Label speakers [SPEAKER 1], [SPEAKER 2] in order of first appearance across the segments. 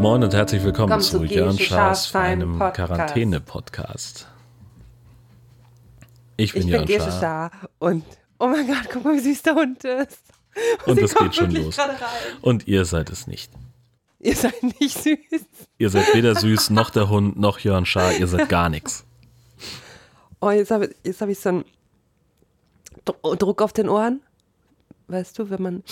[SPEAKER 1] Moin und herzlich willkommen
[SPEAKER 2] Willkommen
[SPEAKER 1] zu
[SPEAKER 2] zu
[SPEAKER 1] Jörn
[SPEAKER 2] Gesche
[SPEAKER 1] Schaas,
[SPEAKER 2] Schaas, deinem
[SPEAKER 1] einem
[SPEAKER 2] Podcast.
[SPEAKER 1] Quarantäne-Podcast. Ich bin
[SPEAKER 2] Ich bin
[SPEAKER 1] Jörn
[SPEAKER 2] Gesche
[SPEAKER 1] Schaas.
[SPEAKER 2] Schaar und oh mein Gott, guck mal, wie süß der Hund ist.
[SPEAKER 1] Und
[SPEAKER 2] Sie
[SPEAKER 1] es
[SPEAKER 2] kommt
[SPEAKER 1] geht schon
[SPEAKER 2] wirklich
[SPEAKER 1] los.
[SPEAKER 2] gerade rein.
[SPEAKER 1] Und ihr seid es nicht.
[SPEAKER 2] Ihr seid nicht süß.
[SPEAKER 1] Ihr seid weder süß, noch der Hund, noch Jörn Schaar. Ihr seid gar nichts.
[SPEAKER 2] Oh, jetzt habe jetzt hab ich so einen Dr Druck auf den Ohren. Weißt du, wenn man.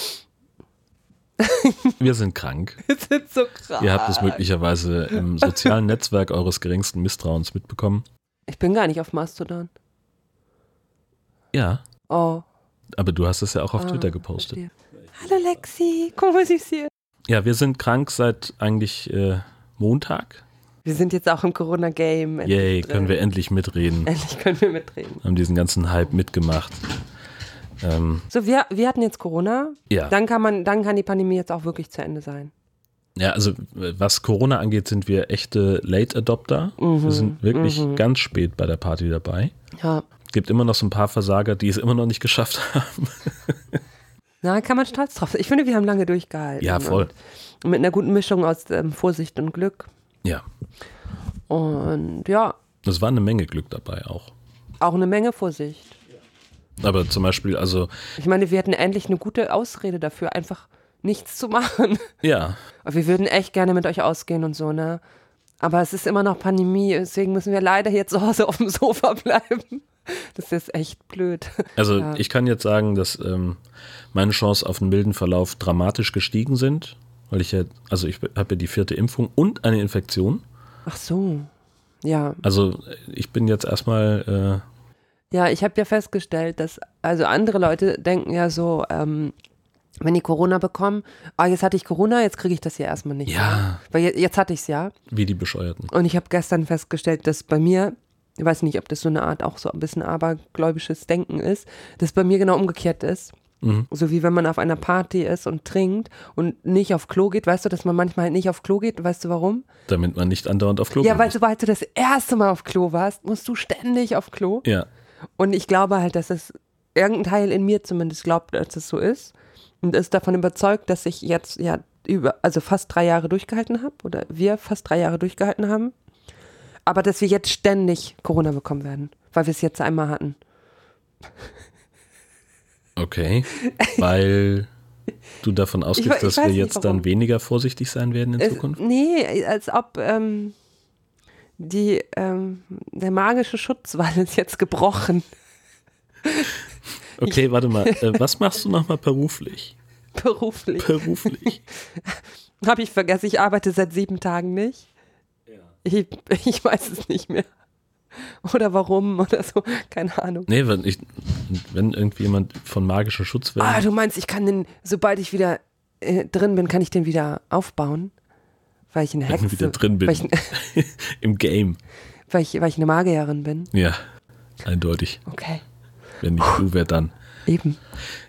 [SPEAKER 1] Wir sind krank.
[SPEAKER 2] Wir sind so krass.
[SPEAKER 1] Ihr habt es möglicherweise im sozialen Netzwerk eures geringsten Misstrauens mitbekommen.
[SPEAKER 2] Ich bin gar nicht auf Mastodon.
[SPEAKER 1] Ja,
[SPEAKER 2] Oh.
[SPEAKER 1] aber du hast es ja auch auf
[SPEAKER 2] ah,
[SPEAKER 1] Twitter gepostet.
[SPEAKER 2] verstehe. Hallo Lexi, guck mal, wie süß hier.
[SPEAKER 1] Ja, wir sind krank seit eigentlich äh, Montag.
[SPEAKER 2] Wir sind jetzt auch im Corona-Game. endlich
[SPEAKER 1] Yay,
[SPEAKER 2] drin.
[SPEAKER 1] können wir endlich mitreden.
[SPEAKER 2] Endlich können wir mitreden.
[SPEAKER 1] Haben diesen ganzen Hype mitgemacht. Ähm,
[SPEAKER 2] So, wir, wir hatten jetzt Corona.
[SPEAKER 1] ja.
[SPEAKER 2] Dann kann man, dann kann die Pandemie jetzt auch wirklich zu Ende sein.
[SPEAKER 1] Ja, also äh, was Corona angeht, sind wir echte Late Adopter.
[SPEAKER 2] Mhm,
[SPEAKER 1] wir sind wirklich ganz spät bei der Party dabei.
[SPEAKER 2] Ja.
[SPEAKER 1] Gibt immer noch so ein paar Versager, die es immer noch nicht geschafft haben.
[SPEAKER 2] Na, kann man stolz drauf sein. Ich finde, wir haben lange durchgehalten.
[SPEAKER 1] Ja, voll.
[SPEAKER 2] Und mit einer guten Mischung aus ähm, Vorsicht und Glück.
[SPEAKER 1] Ja,
[SPEAKER 2] Und ja,
[SPEAKER 1] es war eine Menge Glück dabei auch.
[SPEAKER 2] auch eine Menge Vorsicht.
[SPEAKER 1] Aber zum Beispiel, also,
[SPEAKER 2] Ich meine, wir hätten endlich eine gute Ausrede dafür, einfach nichts zu machen.
[SPEAKER 1] ja,
[SPEAKER 2] Und wir würden echt gerne mit euch ausgehen und so, ne? Aber es ist immer noch Pandemie, deswegen müssen wir leider hier zu Hause auf dem Sofa bleiben. Das ist echt blöd.
[SPEAKER 1] also
[SPEAKER 2] Ja.
[SPEAKER 1] ich kann jetzt sagen, dass ähm, meine Chancen auf einen milden Verlauf dramatisch gestiegen sind, weil ich ja, also ich habe ja die vierte Impfung und eine Infektion.
[SPEAKER 2] Ach so. Ja.
[SPEAKER 1] Also ich bin jetzt erstmal, äh,
[SPEAKER 2] Ja, ich habe ja festgestellt, dass also andere Leute denken ja so, ähm, wenn die Corona bekommen, ah, jetzt hatte ich Corona, jetzt kriege ich das ja erstmal
[SPEAKER 1] äh,
[SPEAKER 2] nicht.
[SPEAKER 1] ja,
[SPEAKER 2] Weil jetzt, jetzt hatte ich es ja.
[SPEAKER 1] wie die Bescheuerten.
[SPEAKER 2] Und ich habe gestern festgestellt, dass bei mir, ich weiß nicht, ob das so eine Art auch so ein bisschen abergläubisches Denken ist, dass bei mir genau umgekehrt ist.
[SPEAKER 1] Mhm.
[SPEAKER 2] So wie wenn man auf einer Party ist und trinkt und nicht auf Klo geht, weißt du, dass man manchmal halt nicht auf Klo geht, weißt du warum?
[SPEAKER 1] Damit man nicht andauernd auf Klo
[SPEAKER 2] ja,
[SPEAKER 1] gehen
[SPEAKER 2] weil
[SPEAKER 1] muss.
[SPEAKER 2] sobald du das erste Mal auf Klo warst, musst du ständig auf Klo.
[SPEAKER 1] Ja,
[SPEAKER 2] Und ich glaube halt, dass es irgendein Teil in mir zumindest glaubt, dass es so ist und ist davon überzeugt, dass ich jetzt ja über, also fast drei Jahre durchgehalten habe oder wir fast drei Jahre durchgehalten haben, aber dass wir jetzt ständig Corona bekommen werden, weil wir es jetzt einmal hatten.
[SPEAKER 1] Okay, weil du davon ausgehst,
[SPEAKER 2] ich
[SPEAKER 1] dass
[SPEAKER 2] weiß
[SPEAKER 1] wir
[SPEAKER 2] nicht,
[SPEAKER 1] jetzt dann
[SPEAKER 2] warum.
[SPEAKER 1] weniger vorsichtig sein werden in
[SPEAKER 2] Es,
[SPEAKER 1] Zukunft?
[SPEAKER 2] Äh, nee, als ob ähm, die, ähm, der magische Schutzwall ist jetzt gebrochen.
[SPEAKER 1] Okay, warte mal. Äh, was machst du nochmal beruflich?
[SPEAKER 2] Beruflich.
[SPEAKER 1] Beruflich.
[SPEAKER 2] Habe ich vergessen, ich arbeite seit sieben Tagen nicht. Ich, ich weiß es nicht mehr. Oder warum oder so, keine Ahnung.
[SPEAKER 1] Nee, wenn, ich, wenn irgendwie jemand von magischem Schutz wäre.
[SPEAKER 2] Ah, du meinst, ich kann den, sobald ich wieder äh, drin bin, kann ich den wieder aufbauen? Weil ich ein
[SPEAKER 1] Wenn
[SPEAKER 2] Hexe
[SPEAKER 1] ich wieder drin bin.
[SPEAKER 2] Weil ich,
[SPEAKER 1] Im Game.
[SPEAKER 2] weil, ich, weil ich eine Magierin bin.
[SPEAKER 1] Ja, eindeutig.
[SPEAKER 2] Okay,
[SPEAKER 1] Wenn nicht du, wer dann?
[SPEAKER 2] eben.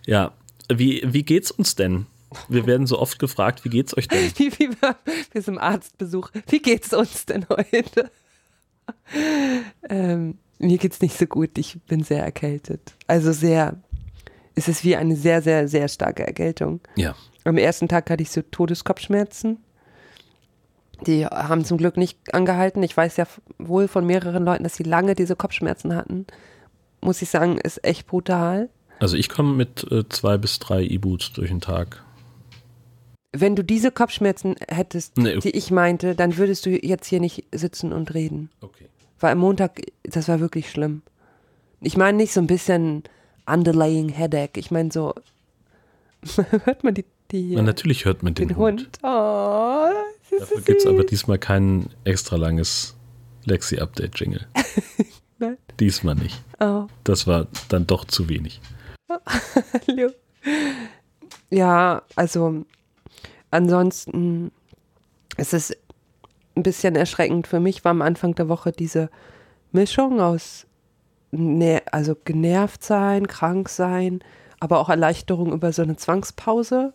[SPEAKER 1] Ja, wie, wie geht's uns denn? Wir werden so oft gefragt, wie geht's euch denn?
[SPEAKER 2] Wie, wie wir, wir sind im Arztbesuch. Wie geht's uns denn heute? Ähm, mir geht's nicht so gut. Ich bin sehr erkältet. Also sehr. Es ist wie eine sehr, sehr, sehr starke Erkältung.
[SPEAKER 1] Ja,
[SPEAKER 2] Am ersten Tag hatte ich so Todeskopfschmerzen. Die haben zum Glück nicht angehalten. Ich weiß ja f- wohl von mehreren Leuten, dass sie lange diese Kopfschmerzen hatten. Muss ich sagen, ist echt brutal.
[SPEAKER 1] also ich komme mit äh, zwei bis drei E-Boots durch den Tag.
[SPEAKER 2] Wenn du diese Kopfschmerzen hättest,
[SPEAKER 1] Nee.
[SPEAKER 2] die ich meinte, dann würdest du jetzt hier nicht sitzen und reden.
[SPEAKER 1] Okay.
[SPEAKER 2] Weil am Montag, das war wirklich schlimm. Ich meine nicht so ein bisschen underlying headache. Ich meine so, hört man die, die
[SPEAKER 1] Na, natürlich hört man den,
[SPEAKER 2] den
[SPEAKER 1] Hund.
[SPEAKER 2] Hund? Oh, das ist
[SPEAKER 1] Dafür
[SPEAKER 2] so
[SPEAKER 1] gibt es
[SPEAKER 2] süß.
[SPEAKER 1] aber diesmal kein extra langes Lexi-Update-Jingle.
[SPEAKER 2] Nein.
[SPEAKER 1] Diesmal nicht.
[SPEAKER 2] Oh.
[SPEAKER 1] Das war dann doch zu wenig.
[SPEAKER 2] Hallo. Ja, also ansonsten es ist ein bisschen erschreckend. Für mich war am Anfang der Woche diese Mischung aus ne also genervt sein, krank sein, aber auch Erleichterung über so eine Zwangspause.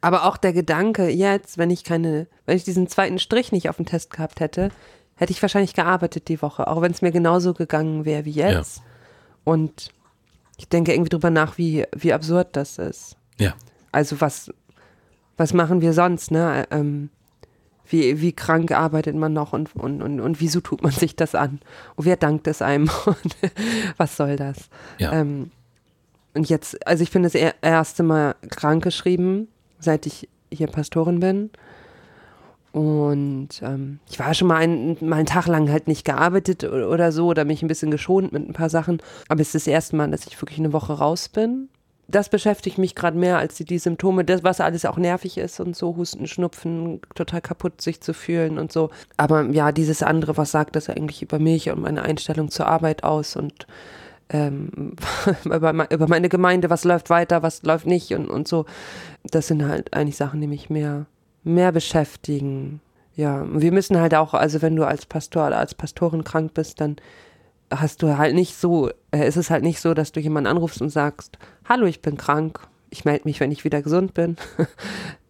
[SPEAKER 2] Aber auch der Gedanke jetzt, wenn ich keine, wenn ich diesen zweiten Strich nicht auf dem Test gehabt hätte, hätte ich wahrscheinlich gearbeitet die Woche, auch wenn es mir genauso gegangen wäre wie jetzt. Und ich denke irgendwie drüber nach, wie, wie absurd das ist.
[SPEAKER 1] Ja.
[SPEAKER 2] Also was, was machen wir sonst, ne? Ähm, wie, wie krank arbeitet man noch und, und, und, und wieso tut man sich das an? Und wer dankt es einem? Und was soll das?
[SPEAKER 1] Ja.
[SPEAKER 2] Ähm, und jetzt, also ich bin das er- erste Mal krankgeschrieben, seit ich hier Pastorin bin. Und ähm, ich war schon mal, ein, mal einen Tag lang halt nicht gearbeitet o- oder so oder mich ein bisschen geschont mit ein paar Sachen. Aber es ist das erste Mal, dass ich wirklich eine Woche raus bin. Das beschäftigt mich gerade mehr als die, die Symptome, das, was alles auch nervig ist und so, Husten, Schnupfen, total kaputt sich zu fühlen und so. Aber ja, dieses andere, was sagt das eigentlich über mich und meine Einstellung zur Arbeit aus und ähm, über, me- über meine Gemeinde, was läuft weiter, was läuft nicht und, und so. Das sind halt eigentlich Sachen, die mich mehr, mehr beschäftigen. Ja, und wir müssen halt auch, also wenn du als Pastor oder als Pastorin krank bist, dann hast du halt nicht so, äh, ist es halt nicht so, dass du jemanden anrufst und sagst, hallo, ich bin krank, ich melde mich, wenn ich wieder gesund bin,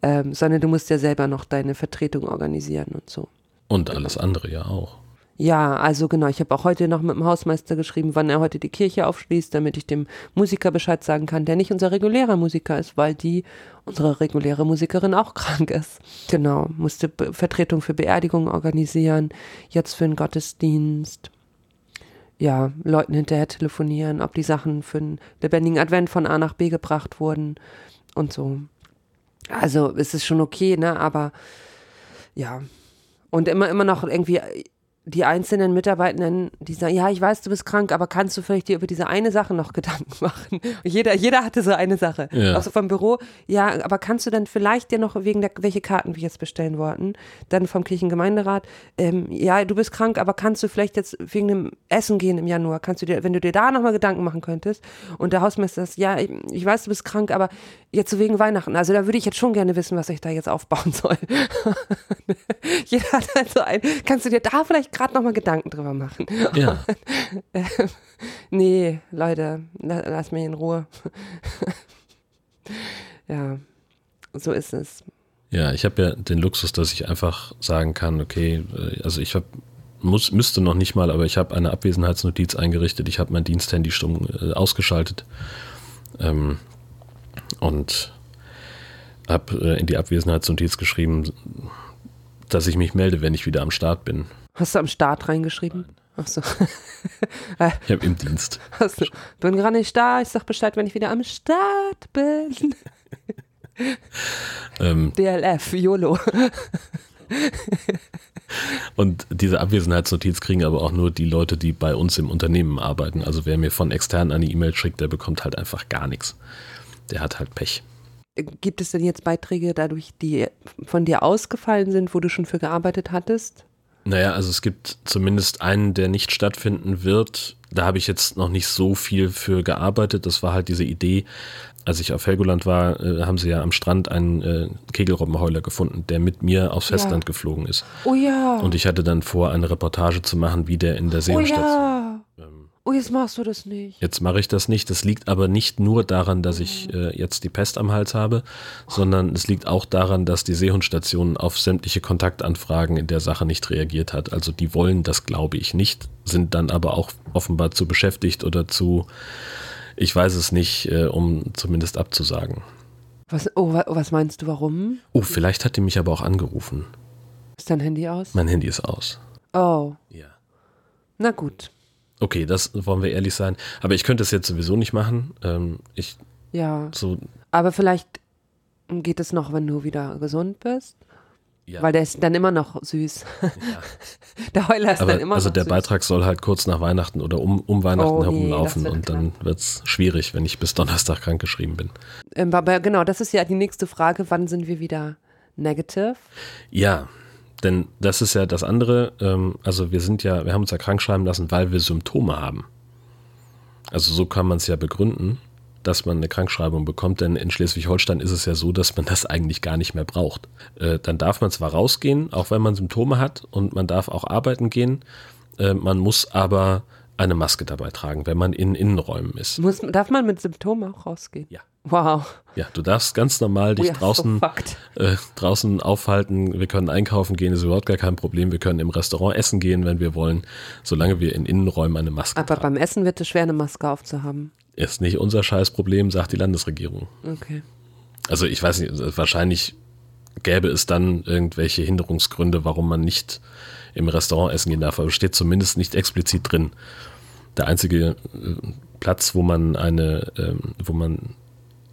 [SPEAKER 2] ähm, sondern du musst ja selber noch deine Vertretung organisieren und so.
[SPEAKER 1] Und alles andere ja auch.
[SPEAKER 2] Ja, also genau, ich habe auch heute noch mit dem Hausmeister geschrieben, wann er heute die Kirche aufschließt, damit ich dem Musiker Bescheid sagen kann, der nicht unser regulärer Musiker ist, weil die, unsere reguläre Musikerin, auch krank ist. Genau, musste Be Vertretung für Beerdigungen organisieren, jetzt für den Gottesdienst. Ja, Leuten hinterher telefonieren, ob die Sachen für den lebendigen Advent von A nach B gebracht wurden und so. Also, es ist schon okay, ne, aber ja. Und immer, immer noch irgendwie äh, die einzelnen Mitarbeitenden, die sagen, ja, ich weiß, du bist krank, aber kannst du vielleicht dir über diese eine Sache noch Gedanken machen? Und jeder, jeder hatte so eine Sache.
[SPEAKER 1] Ja.
[SPEAKER 2] Auch so vom Büro. Ja, aber kannst du dann vielleicht dir noch wegen der, welche Karten wir jetzt bestellen wollten, dann vom Kirchengemeinderat, ähm, ja, du bist krank, aber kannst du vielleicht jetzt wegen dem Essen gehen im Januar? Kannst du dir, wenn du dir da nochmal Gedanken machen könntest? Und der Hausmeister sagt, ja, ich, ich weiß, du bist krank, aber jetzt so wegen Weihnachten. Also da würde ich jetzt schon gerne wissen, was ich da jetzt aufbauen soll. Jeder hat halt so ein, kannst du dir da vielleicht gerade nochmal Gedanken drüber machen?
[SPEAKER 1] Ja.
[SPEAKER 2] Nee, Leute, la lasst mich in Ruhe. ja, so ist es.
[SPEAKER 1] Ja, ich habe ja den Luxus, dass ich einfach sagen kann, okay, äh, also ich habe muss, müsste noch nicht mal, aber ich habe eine Abwesenheitsnotiz eingerichtet, ich habe mein Diensthandy stumm äh, ausgeschaltet ähm, und habe äh, in die Abwesenheitsnotiz geschrieben, dass ich mich melde, wenn ich wieder am Start bin.
[SPEAKER 2] Hast du am Start reingeschrieben? Ach so.
[SPEAKER 1] Ich habe im Dienst.
[SPEAKER 2] Hast du, bin gerade nicht da, ich sag Bescheid, wenn ich wieder am Start bin.
[SPEAKER 1] Ähm,
[SPEAKER 2] DLF, YOLO.
[SPEAKER 1] und diese Abwesenheitsnotiz kriegen aber auch nur die Leute, die bei uns im Unternehmen arbeiten. Also wer mir von extern eine E-Mail schickt, der bekommt halt einfach gar nichts. Der hat halt Pech.
[SPEAKER 2] Gibt es denn jetzt Beiträge dadurch, die von dir ausgefallen sind, wo du schon für gearbeitet hattest?
[SPEAKER 1] Naja, also es gibt zumindest einen, der nicht stattfinden wird. Da habe ich jetzt noch nicht so viel für gearbeitet. Das war halt diese Idee. Als ich auf Helgoland war, äh, haben sie ja am Strand einen äh, Kegelrobbenheuler gefunden, der mit mir aufs Festland geflogen ist.
[SPEAKER 2] Oh ja.
[SPEAKER 1] Und ich hatte dann vor, eine Reportage zu machen, wie der in der
[SPEAKER 2] oh
[SPEAKER 1] Seenstadt.
[SPEAKER 2] ja. Oh, jetzt machst du das nicht.
[SPEAKER 1] Jetzt mache ich das nicht. Das liegt aber nicht nur daran, dass ich äh, jetzt die Pest am Hals habe, sondern es liegt auch daran, dass die Seehundstation auf sämtliche Kontaktanfragen in der Sache nicht reagiert hat. Also die wollen das, glaube ich, nicht, sind dann aber auch offenbar zu beschäftigt oder zu, ich weiß es nicht, äh, um zumindest abzusagen.
[SPEAKER 2] Was, oh, wa- was meinst du, warum?
[SPEAKER 1] Oh, vielleicht hat die mich aber auch angerufen.
[SPEAKER 2] Ist dein Handy aus?
[SPEAKER 1] Mein Handy ist aus.
[SPEAKER 2] Oh,
[SPEAKER 1] Ja.
[SPEAKER 2] na gut.
[SPEAKER 1] Okay, das wollen wir ehrlich sein. Aber ich könnte es jetzt sowieso nicht machen. Ähm, ich
[SPEAKER 2] Ja.
[SPEAKER 1] so.
[SPEAKER 2] Aber vielleicht geht es noch, wenn du wieder gesund bist.
[SPEAKER 1] Ja.
[SPEAKER 2] Weil der ist dann immer noch süß. Der Heuler ist
[SPEAKER 1] Aber
[SPEAKER 2] dann immer
[SPEAKER 1] also
[SPEAKER 2] noch
[SPEAKER 1] der
[SPEAKER 2] süß.
[SPEAKER 1] Beitrag soll halt kurz nach Weihnachten oder um, um Weihnachten
[SPEAKER 2] Oh, nee,
[SPEAKER 1] herumlaufen
[SPEAKER 2] das wird
[SPEAKER 1] und dann wird's schwierig, wenn ich bis Donnerstag krankgeschrieben bin.
[SPEAKER 2] Ähm, aber genau, das ist ja die nächste Frage. Wann sind wir wieder negative?
[SPEAKER 1] Ja, denn das ist ja das andere. Ähm, also wir sind ja, wir haben uns ja krank schreiben lassen, weil wir Symptome haben. Also so kann man es ja begründen, dass man eine Krankschreibung bekommt, denn in Schleswig-Holstein ist es ja so, dass man das eigentlich gar nicht mehr braucht. Äh, dann darf man zwar rausgehen, auch wenn man Symptome hat und man darf auch arbeiten gehen, äh, man muss aber eine Maske dabei tragen, wenn man in Innenräumen ist.
[SPEAKER 2] Muss, darf man mit Symptomen auch rausgehen?
[SPEAKER 1] Ja.
[SPEAKER 2] Wow.
[SPEAKER 1] Ja, du darfst ganz normal dich
[SPEAKER 2] We are
[SPEAKER 1] draußen,
[SPEAKER 2] So fucked.
[SPEAKER 1] äh, draußen aufhalten. Wir können einkaufen gehen, ist überhaupt gar kein Problem. Wir können im Restaurant essen gehen, wenn wir wollen, solange wir in Innenräumen eine Maske
[SPEAKER 2] Aber
[SPEAKER 1] tragen.
[SPEAKER 2] beim Essen wird es schwer, eine Maske aufzuhaben.
[SPEAKER 1] Ist nicht unser Scheißproblem, sagt die Landesregierung.
[SPEAKER 2] Okay.
[SPEAKER 1] Also ich weiß nicht, wahrscheinlich gäbe es dann irgendwelche Hinderungsgründe, warum man nicht im Restaurant essen gehen darf. Aber steht zumindest nicht explizit drin. Der einzige äh, Platz, wo man eine, ähm, wo man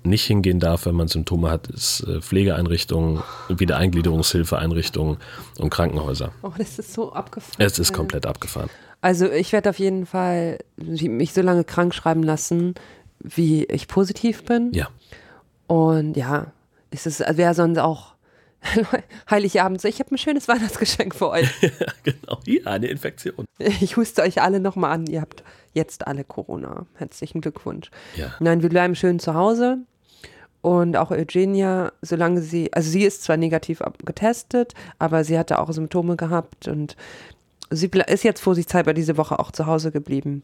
[SPEAKER 1] nicht hingehen darf, wenn man Symptome hat, ist äh, Pflegeeinrichtungen, Wiedereingliederungshilfeeinrichtungen und Krankenhäuser.
[SPEAKER 2] Oh, das ist so abgefahren.
[SPEAKER 1] Es ist komplett abgefahren.
[SPEAKER 2] Also ich werde auf jeden Fall mich so lange krank schreiben lassen, wie ich positiv bin.
[SPEAKER 1] Ja,
[SPEAKER 2] Und ja, es ist, wäre sonst auch Heiligabend. So, ich habe ein schönes Weihnachtsgeschenk für euch.
[SPEAKER 1] genau. Hier eine Infektion.
[SPEAKER 2] Ich huste euch alle nochmal an. Ihr habt jetzt alle Corona. Herzlichen Glückwunsch.
[SPEAKER 1] Ja.
[SPEAKER 2] Nein, wir bleiben schön zu Hause. Und auch Eugenia, solange sie, also sie ist zwar negativ ab- getestet, aber sie hatte auch Symptome gehabt und sie ble- ist jetzt vorsichtshalber diese Woche auch zu Hause geblieben.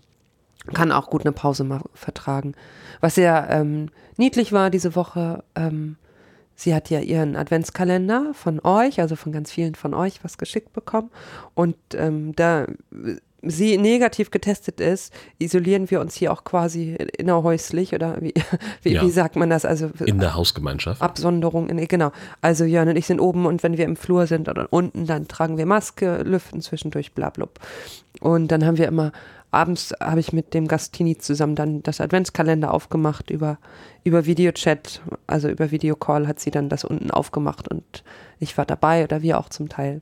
[SPEAKER 2] Kann auch gut eine Pause mal vertragen. Was sehr ähm, niedlich war diese Woche, ähm, sie hat ja ihren Adventskalender von euch, also von ganz vielen von euch, was geschickt bekommen. Und ähm, da sie negativ getestet ist, isolieren wir uns hier auch quasi innerhäuslich oder wie, wie,
[SPEAKER 1] Ja.
[SPEAKER 2] wie sagt man das? Also
[SPEAKER 1] In der Hausgemeinschaft.
[SPEAKER 2] Absonderung, in, genau. Also Jörn und ich sind oben und wenn wir im Flur sind oder unten, dann tragen wir Maske, lüften zwischendurch, bla blub. Und dann haben wir immer, abends habe ich mit dem Gastini zusammen dann das Adventskalender aufgemacht über, über Videochat, also über Videocall hat sie dann das unten aufgemacht und ich war dabei oder wir auch zum Teil.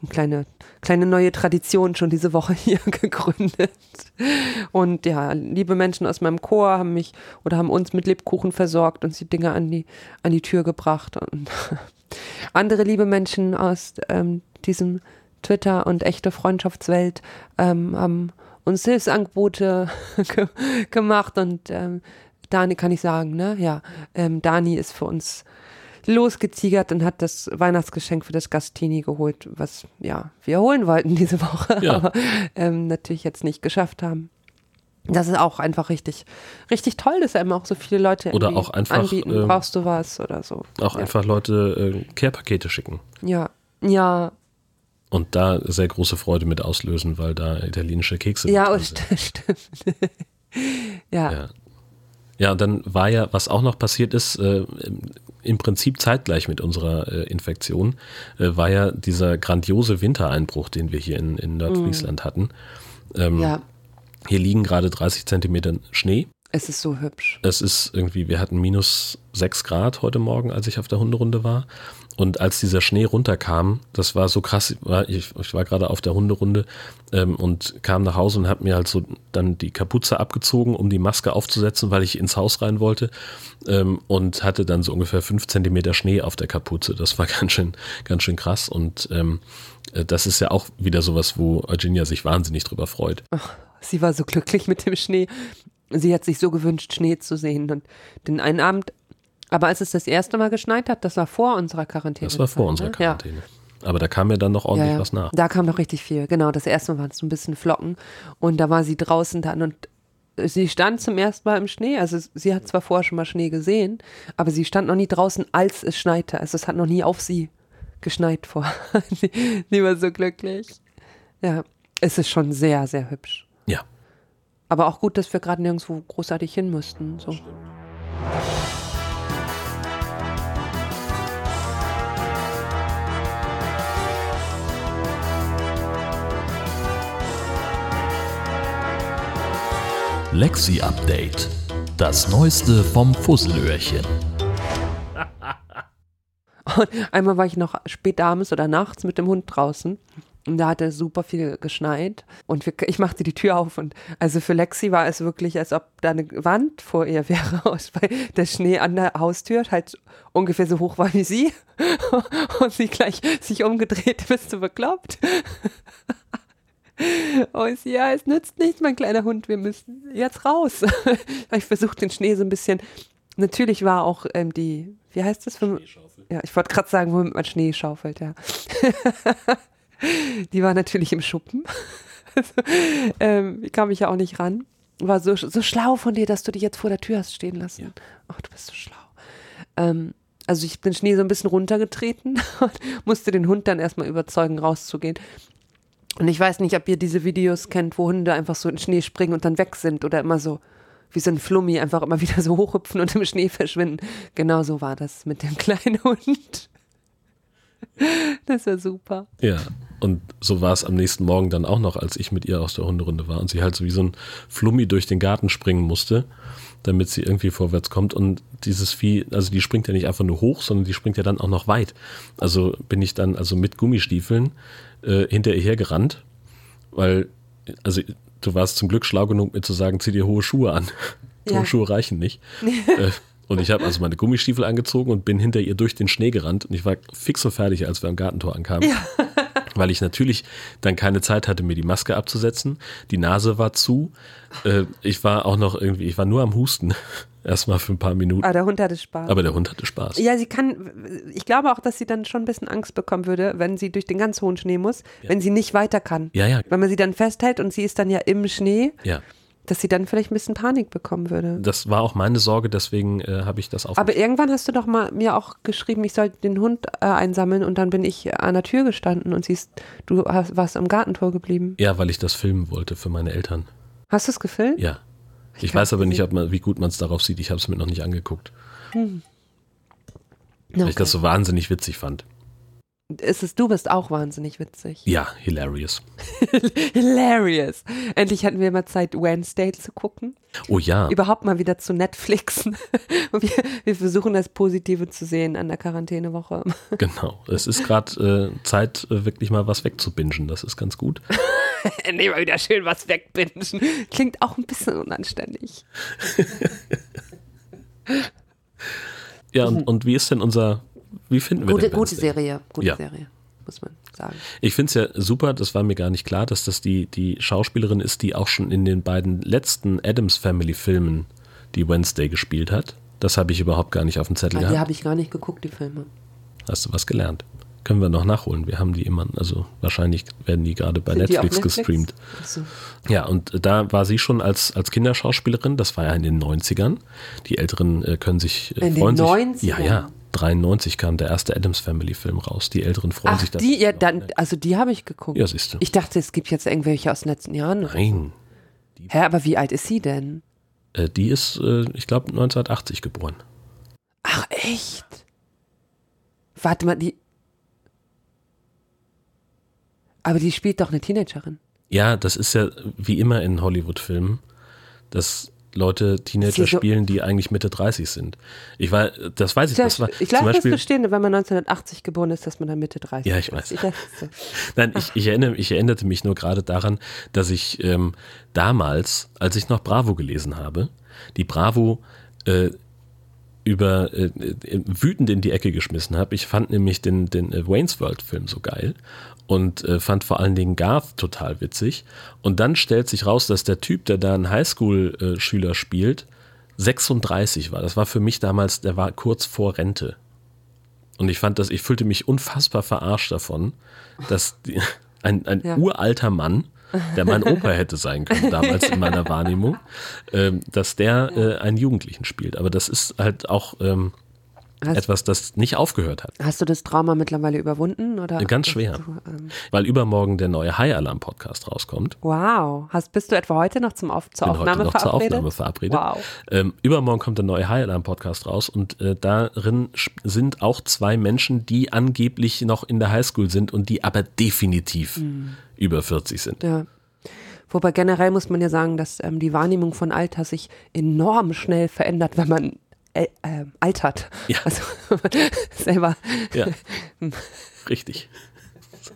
[SPEAKER 2] Eine kleine, kleine neue Tradition schon diese Woche hier gegründet. Und ja, liebe Menschen aus meinem Chor haben mich oder haben uns mit Lebkuchen versorgt und sie Dinge an die, an die Tür gebracht. Und andere liebe Menschen aus ähm, diesem Twitter und echte Freundschaftswelt ähm, haben uns Hilfsangebote ge gemacht und ähm, Dani kann ich sagen, ne? Ja, ähm, Dani ist für uns losgeziegert und hat das Weihnachtsgeschenk für das Gastini geholt, was ja wir holen wollten diese Woche,
[SPEAKER 1] Ja.
[SPEAKER 2] aber ähm, natürlich jetzt nicht geschafft haben. Das ist auch einfach richtig, richtig toll, dass einem auch so viele Leute
[SPEAKER 1] Oder
[SPEAKER 2] irgendwie
[SPEAKER 1] auch einfach,
[SPEAKER 2] anbieten,
[SPEAKER 1] ähm,
[SPEAKER 2] brauchst du was oder so.
[SPEAKER 1] Auch
[SPEAKER 2] ja.
[SPEAKER 1] einfach Leute äh, Care-Pakete schicken.
[SPEAKER 2] Ja, ja,
[SPEAKER 1] Und da sehr große Freude mit auslösen, weil da italienische Kekse mit
[SPEAKER 2] ja,
[SPEAKER 1] drin
[SPEAKER 2] oh,
[SPEAKER 1] sind.
[SPEAKER 2] st stimmt. ja.
[SPEAKER 1] Also. Ja. Ja, und dann war ja, was auch noch passiert ist, äh, im Prinzip zeitgleich mit unserer äh, Infektion, äh, war ja dieser grandiose Wintereinbruch, den wir hier in, in Nordfriesland hatten.
[SPEAKER 2] Mhm.
[SPEAKER 1] Ähm,
[SPEAKER 2] ja,
[SPEAKER 1] Hier liegen gerade 30 Zentimeter Schnee.
[SPEAKER 2] es ist so hübsch.
[SPEAKER 1] Es ist irgendwie, wir hatten minus 6 Grad heute Morgen, als ich auf der Hunderunde war. Und als dieser Schnee runterkam, das war so krass, ich war- ich, ich war gerade auf der Hunderunde ähm, und kam nach Hause und habe mir halt so dann die Kapuze abgezogen, um die Maske aufzusetzen, weil ich ins Haus rein wollte ähm, und hatte dann so ungefähr 5 Zentimeter Schnee auf der Kapuze. Das war ganz schön, ganz schön krass und ähm, äh, das ist ja auch wieder sowas, wo Virginia sich wahnsinnig drüber freut.
[SPEAKER 2] Sie war so glücklich mit dem Schnee. Sie hat sich so gewünscht, Schnee zu sehen. Und den einen Abend, aber als es das erste Mal geschneit hat, das war vor unserer Quarantäne.
[SPEAKER 1] Das war vor unserer
[SPEAKER 2] ne?
[SPEAKER 1] Quarantäne. Aber da kam ja dann noch ordentlich
[SPEAKER 2] ja.
[SPEAKER 1] was nach.
[SPEAKER 2] Da kam noch richtig viel. Genau, das erste Mal waren es so ein bisschen Flocken und da war sie draußen dann und sie stand zum ersten Mal im Schnee. Also es- sie hat zwar vorher schon mal Schnee gesehen, aber sie stand noch nie draußen, als es schneite. Also es hat noch nie auf sie geschneit vor. sie, sie war so glücklich. Ja, es ist schon sehr, sehr hübsch.
[SPEAKER 1] Ja.
[SPEAKER 2] Aber auch gut, dass wir gerade nirgendwo großartig hin müssten. So.
[SPEAKER 3] Lexi Update. Das Neueste vom Fusselöhrchen.
[SPEAKER 2] Einmal war ich noch spät abends oder nachts mit dem Hund draußen. Und da hatte super viel geschneit. Und wir, ich machte die Tür auf. Und also für Lexi war es wirklich, als ob da eine Wand vor ihr wäre, aus- weil der Schnee an der Haustür halt ungefähr so hoch war wie sie. Und sie gleich sich umgedreht, bist du bekloppt? Oh, ist ja, es nützt nichts, mein kleiner Hund, wir müssen jetzt raus. ich versuche den Schnee so ein bisschen. Natürlich war auch ähm, die, wie heißt das? Für, ja, ich wollte gerade sagen, womit man Schnee schaufelt, ja. die war natürlich im Schuppen. also, ähm, ich kam ich ja auch nicht ran. war so, so schlau von dir, dass du dich jetzt vor der Tür hast stehen lassen. Ach, du bist so schlau. Ähm, also ich bin Schnee so ein bisschen runtergetreten und musste den Hund dann erstmal überzeugen, rauszugehen. Und ich weiß nicht, ob ihr diese Videos kennt, wo Hunde einfach so in den Schnee springen und dann weg sind oder immer so wie so ein Flummi einfach immer wieder so hochhüpfen und im Schnee verschwinden. Genau so war das mit dem kleinen Hund. Das war super.
[SPEAKER 1] Ja, und so war es am nächsten Morgen dann auch noch, als ich mit ihr aus der Hunderunde war und sie halt so wie so ein Flummi durch den Garten springen musste, damit sie irgendwie vorwärts kommt. Und dieses Vieh, also die springt ja nicht einfach nur hoch, sondern die springt ja dann auch noch weit. Also bin ich dann also mit Gummistiefeln äh, hinter ihr hergerannt, weil, also du warst zum Glück schlau genug, mir zu sagen, zieh dir hohe Schuhe an.
[SPEAKER 2] Ja.
[SPEAKER 1] Hohe Schuhe reichen nicht. äh, und ich habe also meine Gummistiefel angezogen und bin hinter ihr durch den Schnee gerannt und ich war fix und fertig, als wir am Gartentor ankamen. Weil ich natürlich dann keine Zeit hatte, mir die Maske abzusetzen. Die Nase war zu. Äh, ich war auch noch irgendwie, ich war nur am Husten. Erstmal für ein paar Minuten.
[SPEAKER 2] Aber Ah, der Hund hatte Spaß.
[SPEAKER 1] Aber der Hund hatte Spaß.
[SPEAKER 2] Ja, sie kann, ich glaube auch, dass sie dann schon ein bisschen Angst bekommen würde, wenn sie durch den ganz hohen Schnee muss, wenn sie nicht weiter kann.
[SPEAKER 1] Ja, ja.
[SPEAKER 2] Wenn man sie dann festhält und sie ist dann ja im Schnee,
[SPEAKER 1] Ja.
[SPEAKER 2] dass sie dann vielleicht ein bisschen Panik bekommen würde.
[SPEAKER 1] Das war auch meine Sorge, deswegen äh, habe ich das auf.
[SPEAKER 2] Aber irgendwann hast du doch mal mir auch geschrieben, ich soll den Hund äh, einsammeln und dann bin ich an der Tür gestanden und sie ist, du hast, warst am Gartentor geblieben.
[SPEAKER 1] ja, weil ich das filmen wollte für meine Eltern.
[SPEAKER 2] Hast du es gefilmt?
[SPEAKER 1] Ja. Ich,
[SPEAKER 2] kann's
[SPEAKER 1] weiß aber nicht,
[SPEAKER 2] sehen.
[SPEAKER 1] ob man, wie gut man es darauf sieht. Ich habe es mir noch nicht angeguckt,
[SPEAKER 2] Ja,
[SPEAKER 1] weil ich das so wahnsinnig witzig fand.
[SPEAKER 2] Ist es, du bist auch wahnsinnig witzig.
[SPEAKER 1] Ja, hilarious.
[SPEAKER 2] Hilarious. Endlich hatten wir mal Zeit, Wednesday zu gucken.
[SPEAKER 1] Oh ja.
[SPEAKER 2] überhaupt mal wieder zu Netflixen. Und wir, wir versuchen das Positive zu sehen an der Quarantänewoche.
[SPEAKER 1] Genau. Es ist gerade äh, Zeit, äh, wirklich mal was wegzubingen. Das ist ganz gut.
[SPEAKER 2] Endlich mal wieder schön was wegbingen. Klingt auch ein bisschen unanständig.
[SPEAKER 1] Ja, und, und wie ist denn unser, wie finden wir
[SPEAKER 2] Mhm. Gute,
[SPEAKER 1] denn
[SPEAKER 2] gute
[SPEAKER 1] Wednesday?
[SPEAKER 2] Serie, gute
[SPEAKER 1] Ja.
[SPEAKER 2] Serie, muss man sagen.
[SPEAKER 1] Ich finde es ja super, das war mir gar nicht klar, dass das die, die Schauspielerin ist, die auch schon in den beiden letzten Adams Family Filmen die Wednesday gespielt hat. Das habe ich überhaupt gar nicht auf dem Zettel
[SPEAKER 2] Weil Die
[SPEAKER 1] gehabt.
[SPEAKER 2] habe ich gar nicht geguckt, die Filme.
[SPEAKER 1] Hast du was gelernt? Können wir noch nachholen. Wir haben die immer, also wahrscheinlich werden die gerade bei
[SPEAKER 2] Sind die auf
[SPEAKER 1] Netflix gestreamt.
[SPEAKER 2] Ach so.
[SPEAKER 1] Ja, und äh, da war sie schon als, als Kinderschauspielerin, das war ja in den 90ern. Die Älteren äh, können sich äh,
[SPEAKER 2] In den
[SPEAKER 1] freuen sich.
[SPEAKER 2] 90ern?
[SPEAKER 1] Ja, ja. 93 kam der erste Adams Family Film raus. Die Älteren freuen
[SPEAKER 2] Ach,
[SPEAKER 1] sich
[SPEAKER 2] die, ja,
[SPEAKER 1] noch,
[SPEAKER 2] dann,
[SPEAKER 1] ne?
[SPEAKER 2] also die habe ich geguckt.
[SPEAKER 1] Ja, siehst du.
[SPEAKER 2] Ich dachte, es gibt jetzt irgendwelche aus den letzten Jahren.
[SPEAKER 1] Nein.
[SPEAKER 2] Hä, aber wie alt ist sie denn?
[SPEAKER 1] Äh, die ist, äh, ich glaube, 1980 geboren.
[SPEAKER 2] Ach, echt? Warte mal, die. Aber die spielt doch eine Teenagerin.
[SPEAKER 1] Ja, das ist ja wie immer in Hollywood-Filmen, dass Leute Teenager
[SPEAKER 2] Sie so-
[SPEAKER 1] spielen, die eigentlich Mitte 30 sind. Ich war, das weiß ich, das war
[SPEAKER 2] ich
[SPEAKER 1] zum
[SPEAKER 2] glaube, das
[SPEAKER 1] Beispiel.
[SPEAKER 2] bestehende, wenn man 1980 geboren ist, dass man dann Mitte 30
[SPEAKER 1] Ja, ich weiß.
[SPEAKER 2] ist. Das ist so.
[SPEAKER 1] Nein, ich, ich, erinnere, ich erinnerte mich nur gerade daran, dass ich ähm, damals, als ich noch Bravo gelesen habe, die Bravo äh, über äh, äh, wütend in die Ecke geschmissen habe. Ich fand nämlich den, den äh, Wayne's World-Film so geil und äh, fand vor allen Dingen Garth total witzig. Und dann stellt sich raus, dass der Typ, der da einen Highschool-Schüler spielt, 36 war. Das war für mich damals, der war kurz vor Rente. Und ich fand das, ich fühlte mich unfassbar verarscht davon, dass die, ein, ein
[SPEAKER 2] Ja.
[SPEAKER 1] uralter Mann, der mein Opa hätte sein können, damals in meiner Wahrnehmung, ähm, dass der äh, einen Jugendlichen spielt. Aber das ist halt auch ähm,
[SPEAKER 2] Hast-
[SPEAKER 1] etwas, das nicht aufgehört hat.
[SPEAKER 2] Hast du das Trauma mittlerweile überwunden? Oder
[SPEAKER 1] Ganz
[SPEAKER 2] bist
[SPEAKER 1] schwer.
[SPEAKER 2] Du, ähm,
[SPEAKER 1] Weil übermorgen der neue High Alarm Podcast rauskommt.
[SPEAKER 2] wow. Hast, bist du etwa heute noch zum Auf zur
[SPEAKER 1] bin heute
[SPEAKER 2] Aufnahme
[SPEAKER 1] noch zur
[SPEAKER 2] verabredet?
[SPEAKER 1] Aufnahme verabredet.
[SPEAKER 2] Wow.
[SPEAKER 1] Ähm, übermorgen kommt der neue High Alarm Podcast raus und äh, darin sch- sind auch zwei Menschen, die angeblich noch in der Highschool sind und die aber definitiv über 40 sind.
[SPEAKER 2] Mhm. Ja. Wobei generell muss man ja sagen, dass ähm, die Wahrnehmung von Alter sich enorm schnell verändert, wenn man äl- ähm, altert.
[SPEAKER 1] Ja.
[SPEAKER 2] Also selber.
[SPEAKER 1] Ja, richtig. So.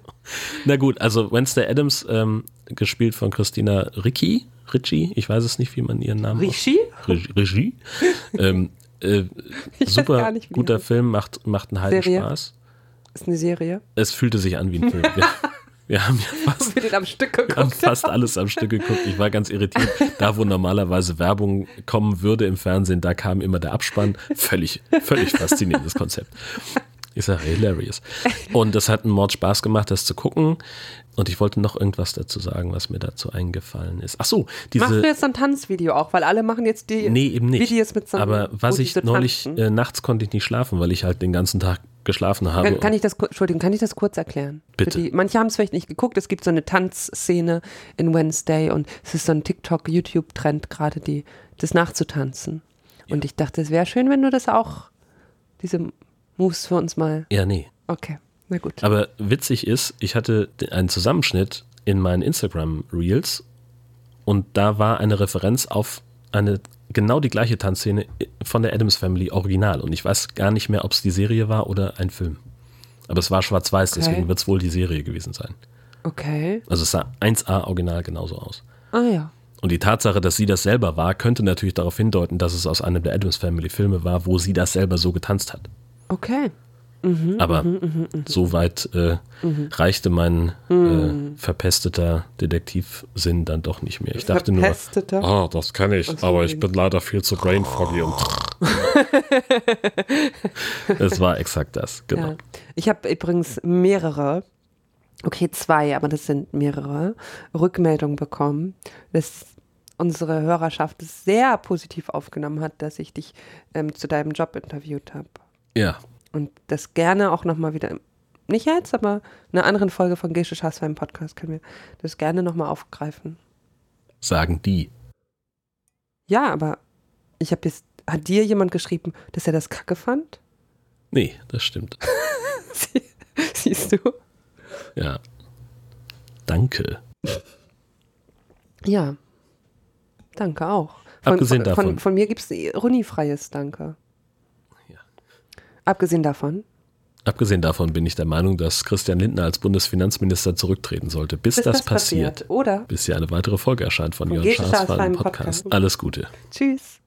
[SPEAKER 1] Na gut, also Wednesday Adams, ähm, gespielt von Christina Ricci, Ricci, ich weiß es nicht, wie man ihren Namen ausspricht.
[SPEAKER 2] Rishi?
[SPEAKER 1] Regie. Regie. ähm, äh, super
[SPEAKER 2] gar nicht, wie die
[SPEAKER 1] guter
[SPEAKER 2] heißt.
[SPEAKER 1] Film, macht, macht einen halben
[SPEAKER 2] Serie.
[SPEAKER 1] Spaß.
[SPEAKER 2] Ist eine Serie.
[SPEAKER 1] Es fühlte sich an wie ein Film. Wir, wir haben ja fast,
[SPEAKER 2] Ob wir den am Stück
[SPEAKER 1] wir haben
[SPEAKER 2] geguckt
[SPEAKER 1] fast alles am Stück geguckt. Ich war ganz irritiert. Da, wo normalerweise Werbung kommen würde im Fernsehen, da kam immer der Abspann. Völlig, völlig faszinierendes Konzept. Ich sage hilarious. Und das hat einen Mord Spaß gemacht, das zu gucken. Und ich wollte noch irgendwas dazu sagen, was mir dazu eingefallen ist. Ach so,
[SPEAKER 2] Machen
[SPEAKER 1] diese.
[SPEAKER 2] wir jetzt ein Tanzvideo auch, weil alle machen jetzt die
[SPEAKER 1] Nee, eben nicht.
[SPEAKER 2] Videos mit so
[SPEAKER 1] Aber
[SPEAKER 2] wo
[SPEAKER 1] was
[SPEAKER 2] die
[SPEAKER 1] ich
[SPEAKER 2] so
[SPEAKER 1] neulich,
[SPEAKER 2] tanzen.
[SPEAKER 1] äh, nachts konnte ich nicht schlafen, weil ich halt den ganzen Tag geschlafen habe.
[SPEAKER 2] Kann, kann ich das, kur- Entschuldigung, kann ich das kurz erklären? Für
[SPEAKER 1] Bitte.
[SPEAKER 2] Die, manche haben es vielleicht nicht geguckt. Es gibt so eine Tanzszene in Wednesday und es ist so ein TikTok-YouTube-Trend gerade, die, das nachzutanzen. Und ich dachte, es wäre schön, wenn du das auch, diese Moves für uns mal.
[SPEAKER 1] ja, nee.
[SPEAKER 2] Okay, na gut.
[SPEAKER 1] Aber witzig ist, ich hatte einen Zusammenschnitt in meinen Instagram Reels und da war eine Referenz auf eine genau die gleiche Tanzszene von der Adams Family Original und ich weiß gar nicht mehr, ob es die Serie war oder ein Film. Aber es war schwarz-weiß,
[SPEAKER 2] Okay.
[SPEAKER 1] deswegen wird es wohl die Serie gewesen sein.
[SPEAKER 2] Okay.
[SPEAKER 1] Also es sah 1A original genauso aus.
[SPEAKER 2] Ah ja.
[SPEAKER 1] Und die Tatsache, dass sie das selber war, könnte natürlich darauf hindeuten, dass es aus einem der Adams Family Filme war, wo sie das selber so getanzt hat.
[SPEAKER 2] Okay.
[SPEAKER 1] Aber so weit äh, reichte mein äh, verpesteter Detektivsinn dann doch nicht mehr. Ich dachte nur,
[SPEAKER 2] Verpesteter?
[SPEAKER 1] ah, das kann ich, aber ich bin leider viel zu brain foggy und. es war exakt das, genau.
[SPEAKER 2] Ja. Ich habe übrigens mehrere, okay, zwei, aber das sind mehrere, Rückmeldungen bekommen, dass unsere Hörerschaft es sehr positiv aufgenommen hat, dass ich dich ähm, zu deinem Job interviewt habe.
[SPEAKER 1] Ja.
[SPEAKER 2] Und das gerne auch nochmal wieder, im- nicht jetzt, aber in einer anderen Folge von Gesche Schaas beim Podcast können wir das gerne nochmal aufgreifen.
[SPEAKER 1] sagen die.
[SPEAKER 2] Ja, aber ich habe jetzt, hat dir jemand geschrieben, dass er das kacke fand?
[SPEAKER 1] Nee, das stimmt.
[SPEAKER 2] Siehst du?
[SPEAKER 1] Ja. Danke.
[SPEAKER 2] Ja. Danke auch.
[SPEAKER 1] Abgesehen
[SPEAKER 2] von,
[SPEAKER 1] davon.
[SPEAKER 2] Von, von mir gibt es ironiefreies Danke.
[SPEAKER 1] Ja.
[SPEAKER 2] Abgesehen davon.
[SPEAKER 1] Abgesehen davon bin ich der Meinung, dass Christian Lindner als Bundesfinanzminister zurücktreten sollte, bis, das, passiert.
[SPEAKER 2] Oder?
[SPEAKER 1] Bis hier eine weitere Folge erscheint von
[SPEAKER 2] Von
[SPEAKER 1] Jörn
[SPEAKER 2] Gesche Schaas
[SPEAKER 1] Schaas
[SPEAKER 2] beim
[SPEAKER 1] Podcast.
[SPEAKER 2] Podcast.
[SPEAKER 1] Alles Gute.
[SPEAKER 2] Tschüss.